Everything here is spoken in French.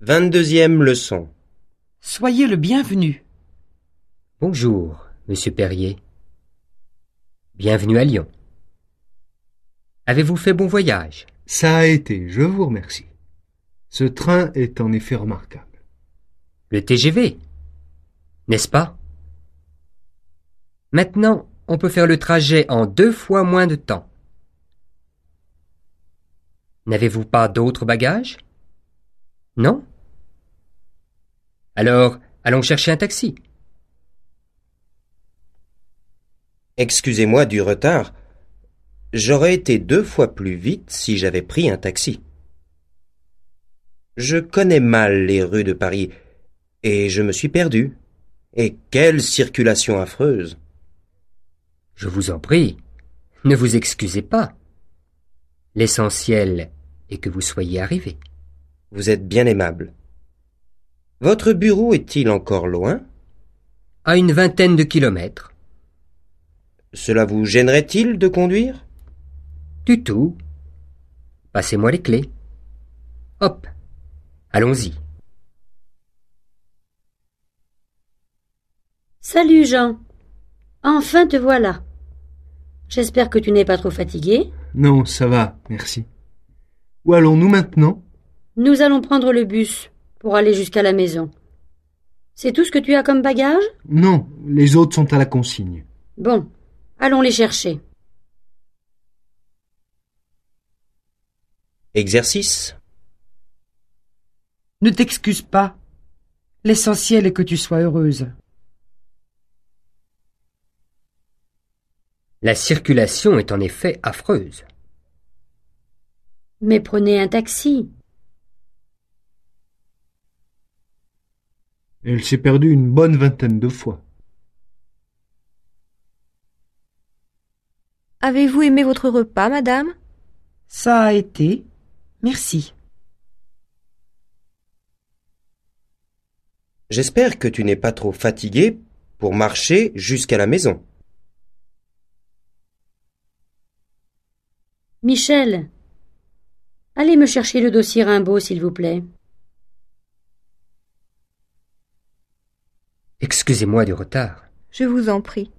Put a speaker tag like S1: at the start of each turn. S1: Vingt-deuxième leçon.
S2: Soyez le bienvenu.
S3: Bonjour, monsieur Perrier. Bienvenue à Lyon. Avez-vous fait bon voyage
S4: Ça a été, je vous remercie. Ce train est en effet remarquable.
S3: Le TGV N'est-ce pas Maintenant, on peut faire le trajet en deux fois moins de temps. N'avez-vous pas d'autres bagages Non Alors, allons chercher un taxi.
S1: Excusez-moi du retard. J'aurais été deux fois plus vite si j'avais pris un taxi. Je connais mal les rues de Paris et je me suis perdu. Et quelle circulation affreuse.
S3: Je vous en prie, ne vous excusez pas. L'essentiel est que vous soyez arrivé.
S1: Vous êtes bien aimable. Votre bureau est-il encore loin
S3: À une vingtaine de kilomètres.
S1: Cela vous gênerait-il de conduire
S3: Du tout. Passez-moi les clés. Hop. Allons-y.
S5: Salut Jean. Enfin te voilà. J'espère que tu n'es pas trop fatigué.
S4: Non, ça va, merci. Où allons-nous maintenant
S5: Nous allons prendre le bus pour aller jusqu'à la maison. C'est tout ce que tu as comme bagage
S4: Non, les autres sont à la consigne.
S5: Bon, allons les chercher.
S1: Exercice
S2: Ne t'excuse pas. L'essentiel est que tu sois heureuse.
S3: La circulation est en effet affreuse.
S5: Mais prenez un taxi.
S4: Elle s'est perdue une bonne vingtaine de fois.
S6: Avez-vous aimé votre repas, madame
S2: Ça a été. Merci.
S1: J'espère que tu n'es pas trop fatigué pour marcher jusqu'à la maison.
S5: Michel, allez me chercher le dossier Rimbaud, s'il vous plaît.
S3: Excusez-moi du retard.
S6: Je vous en prie.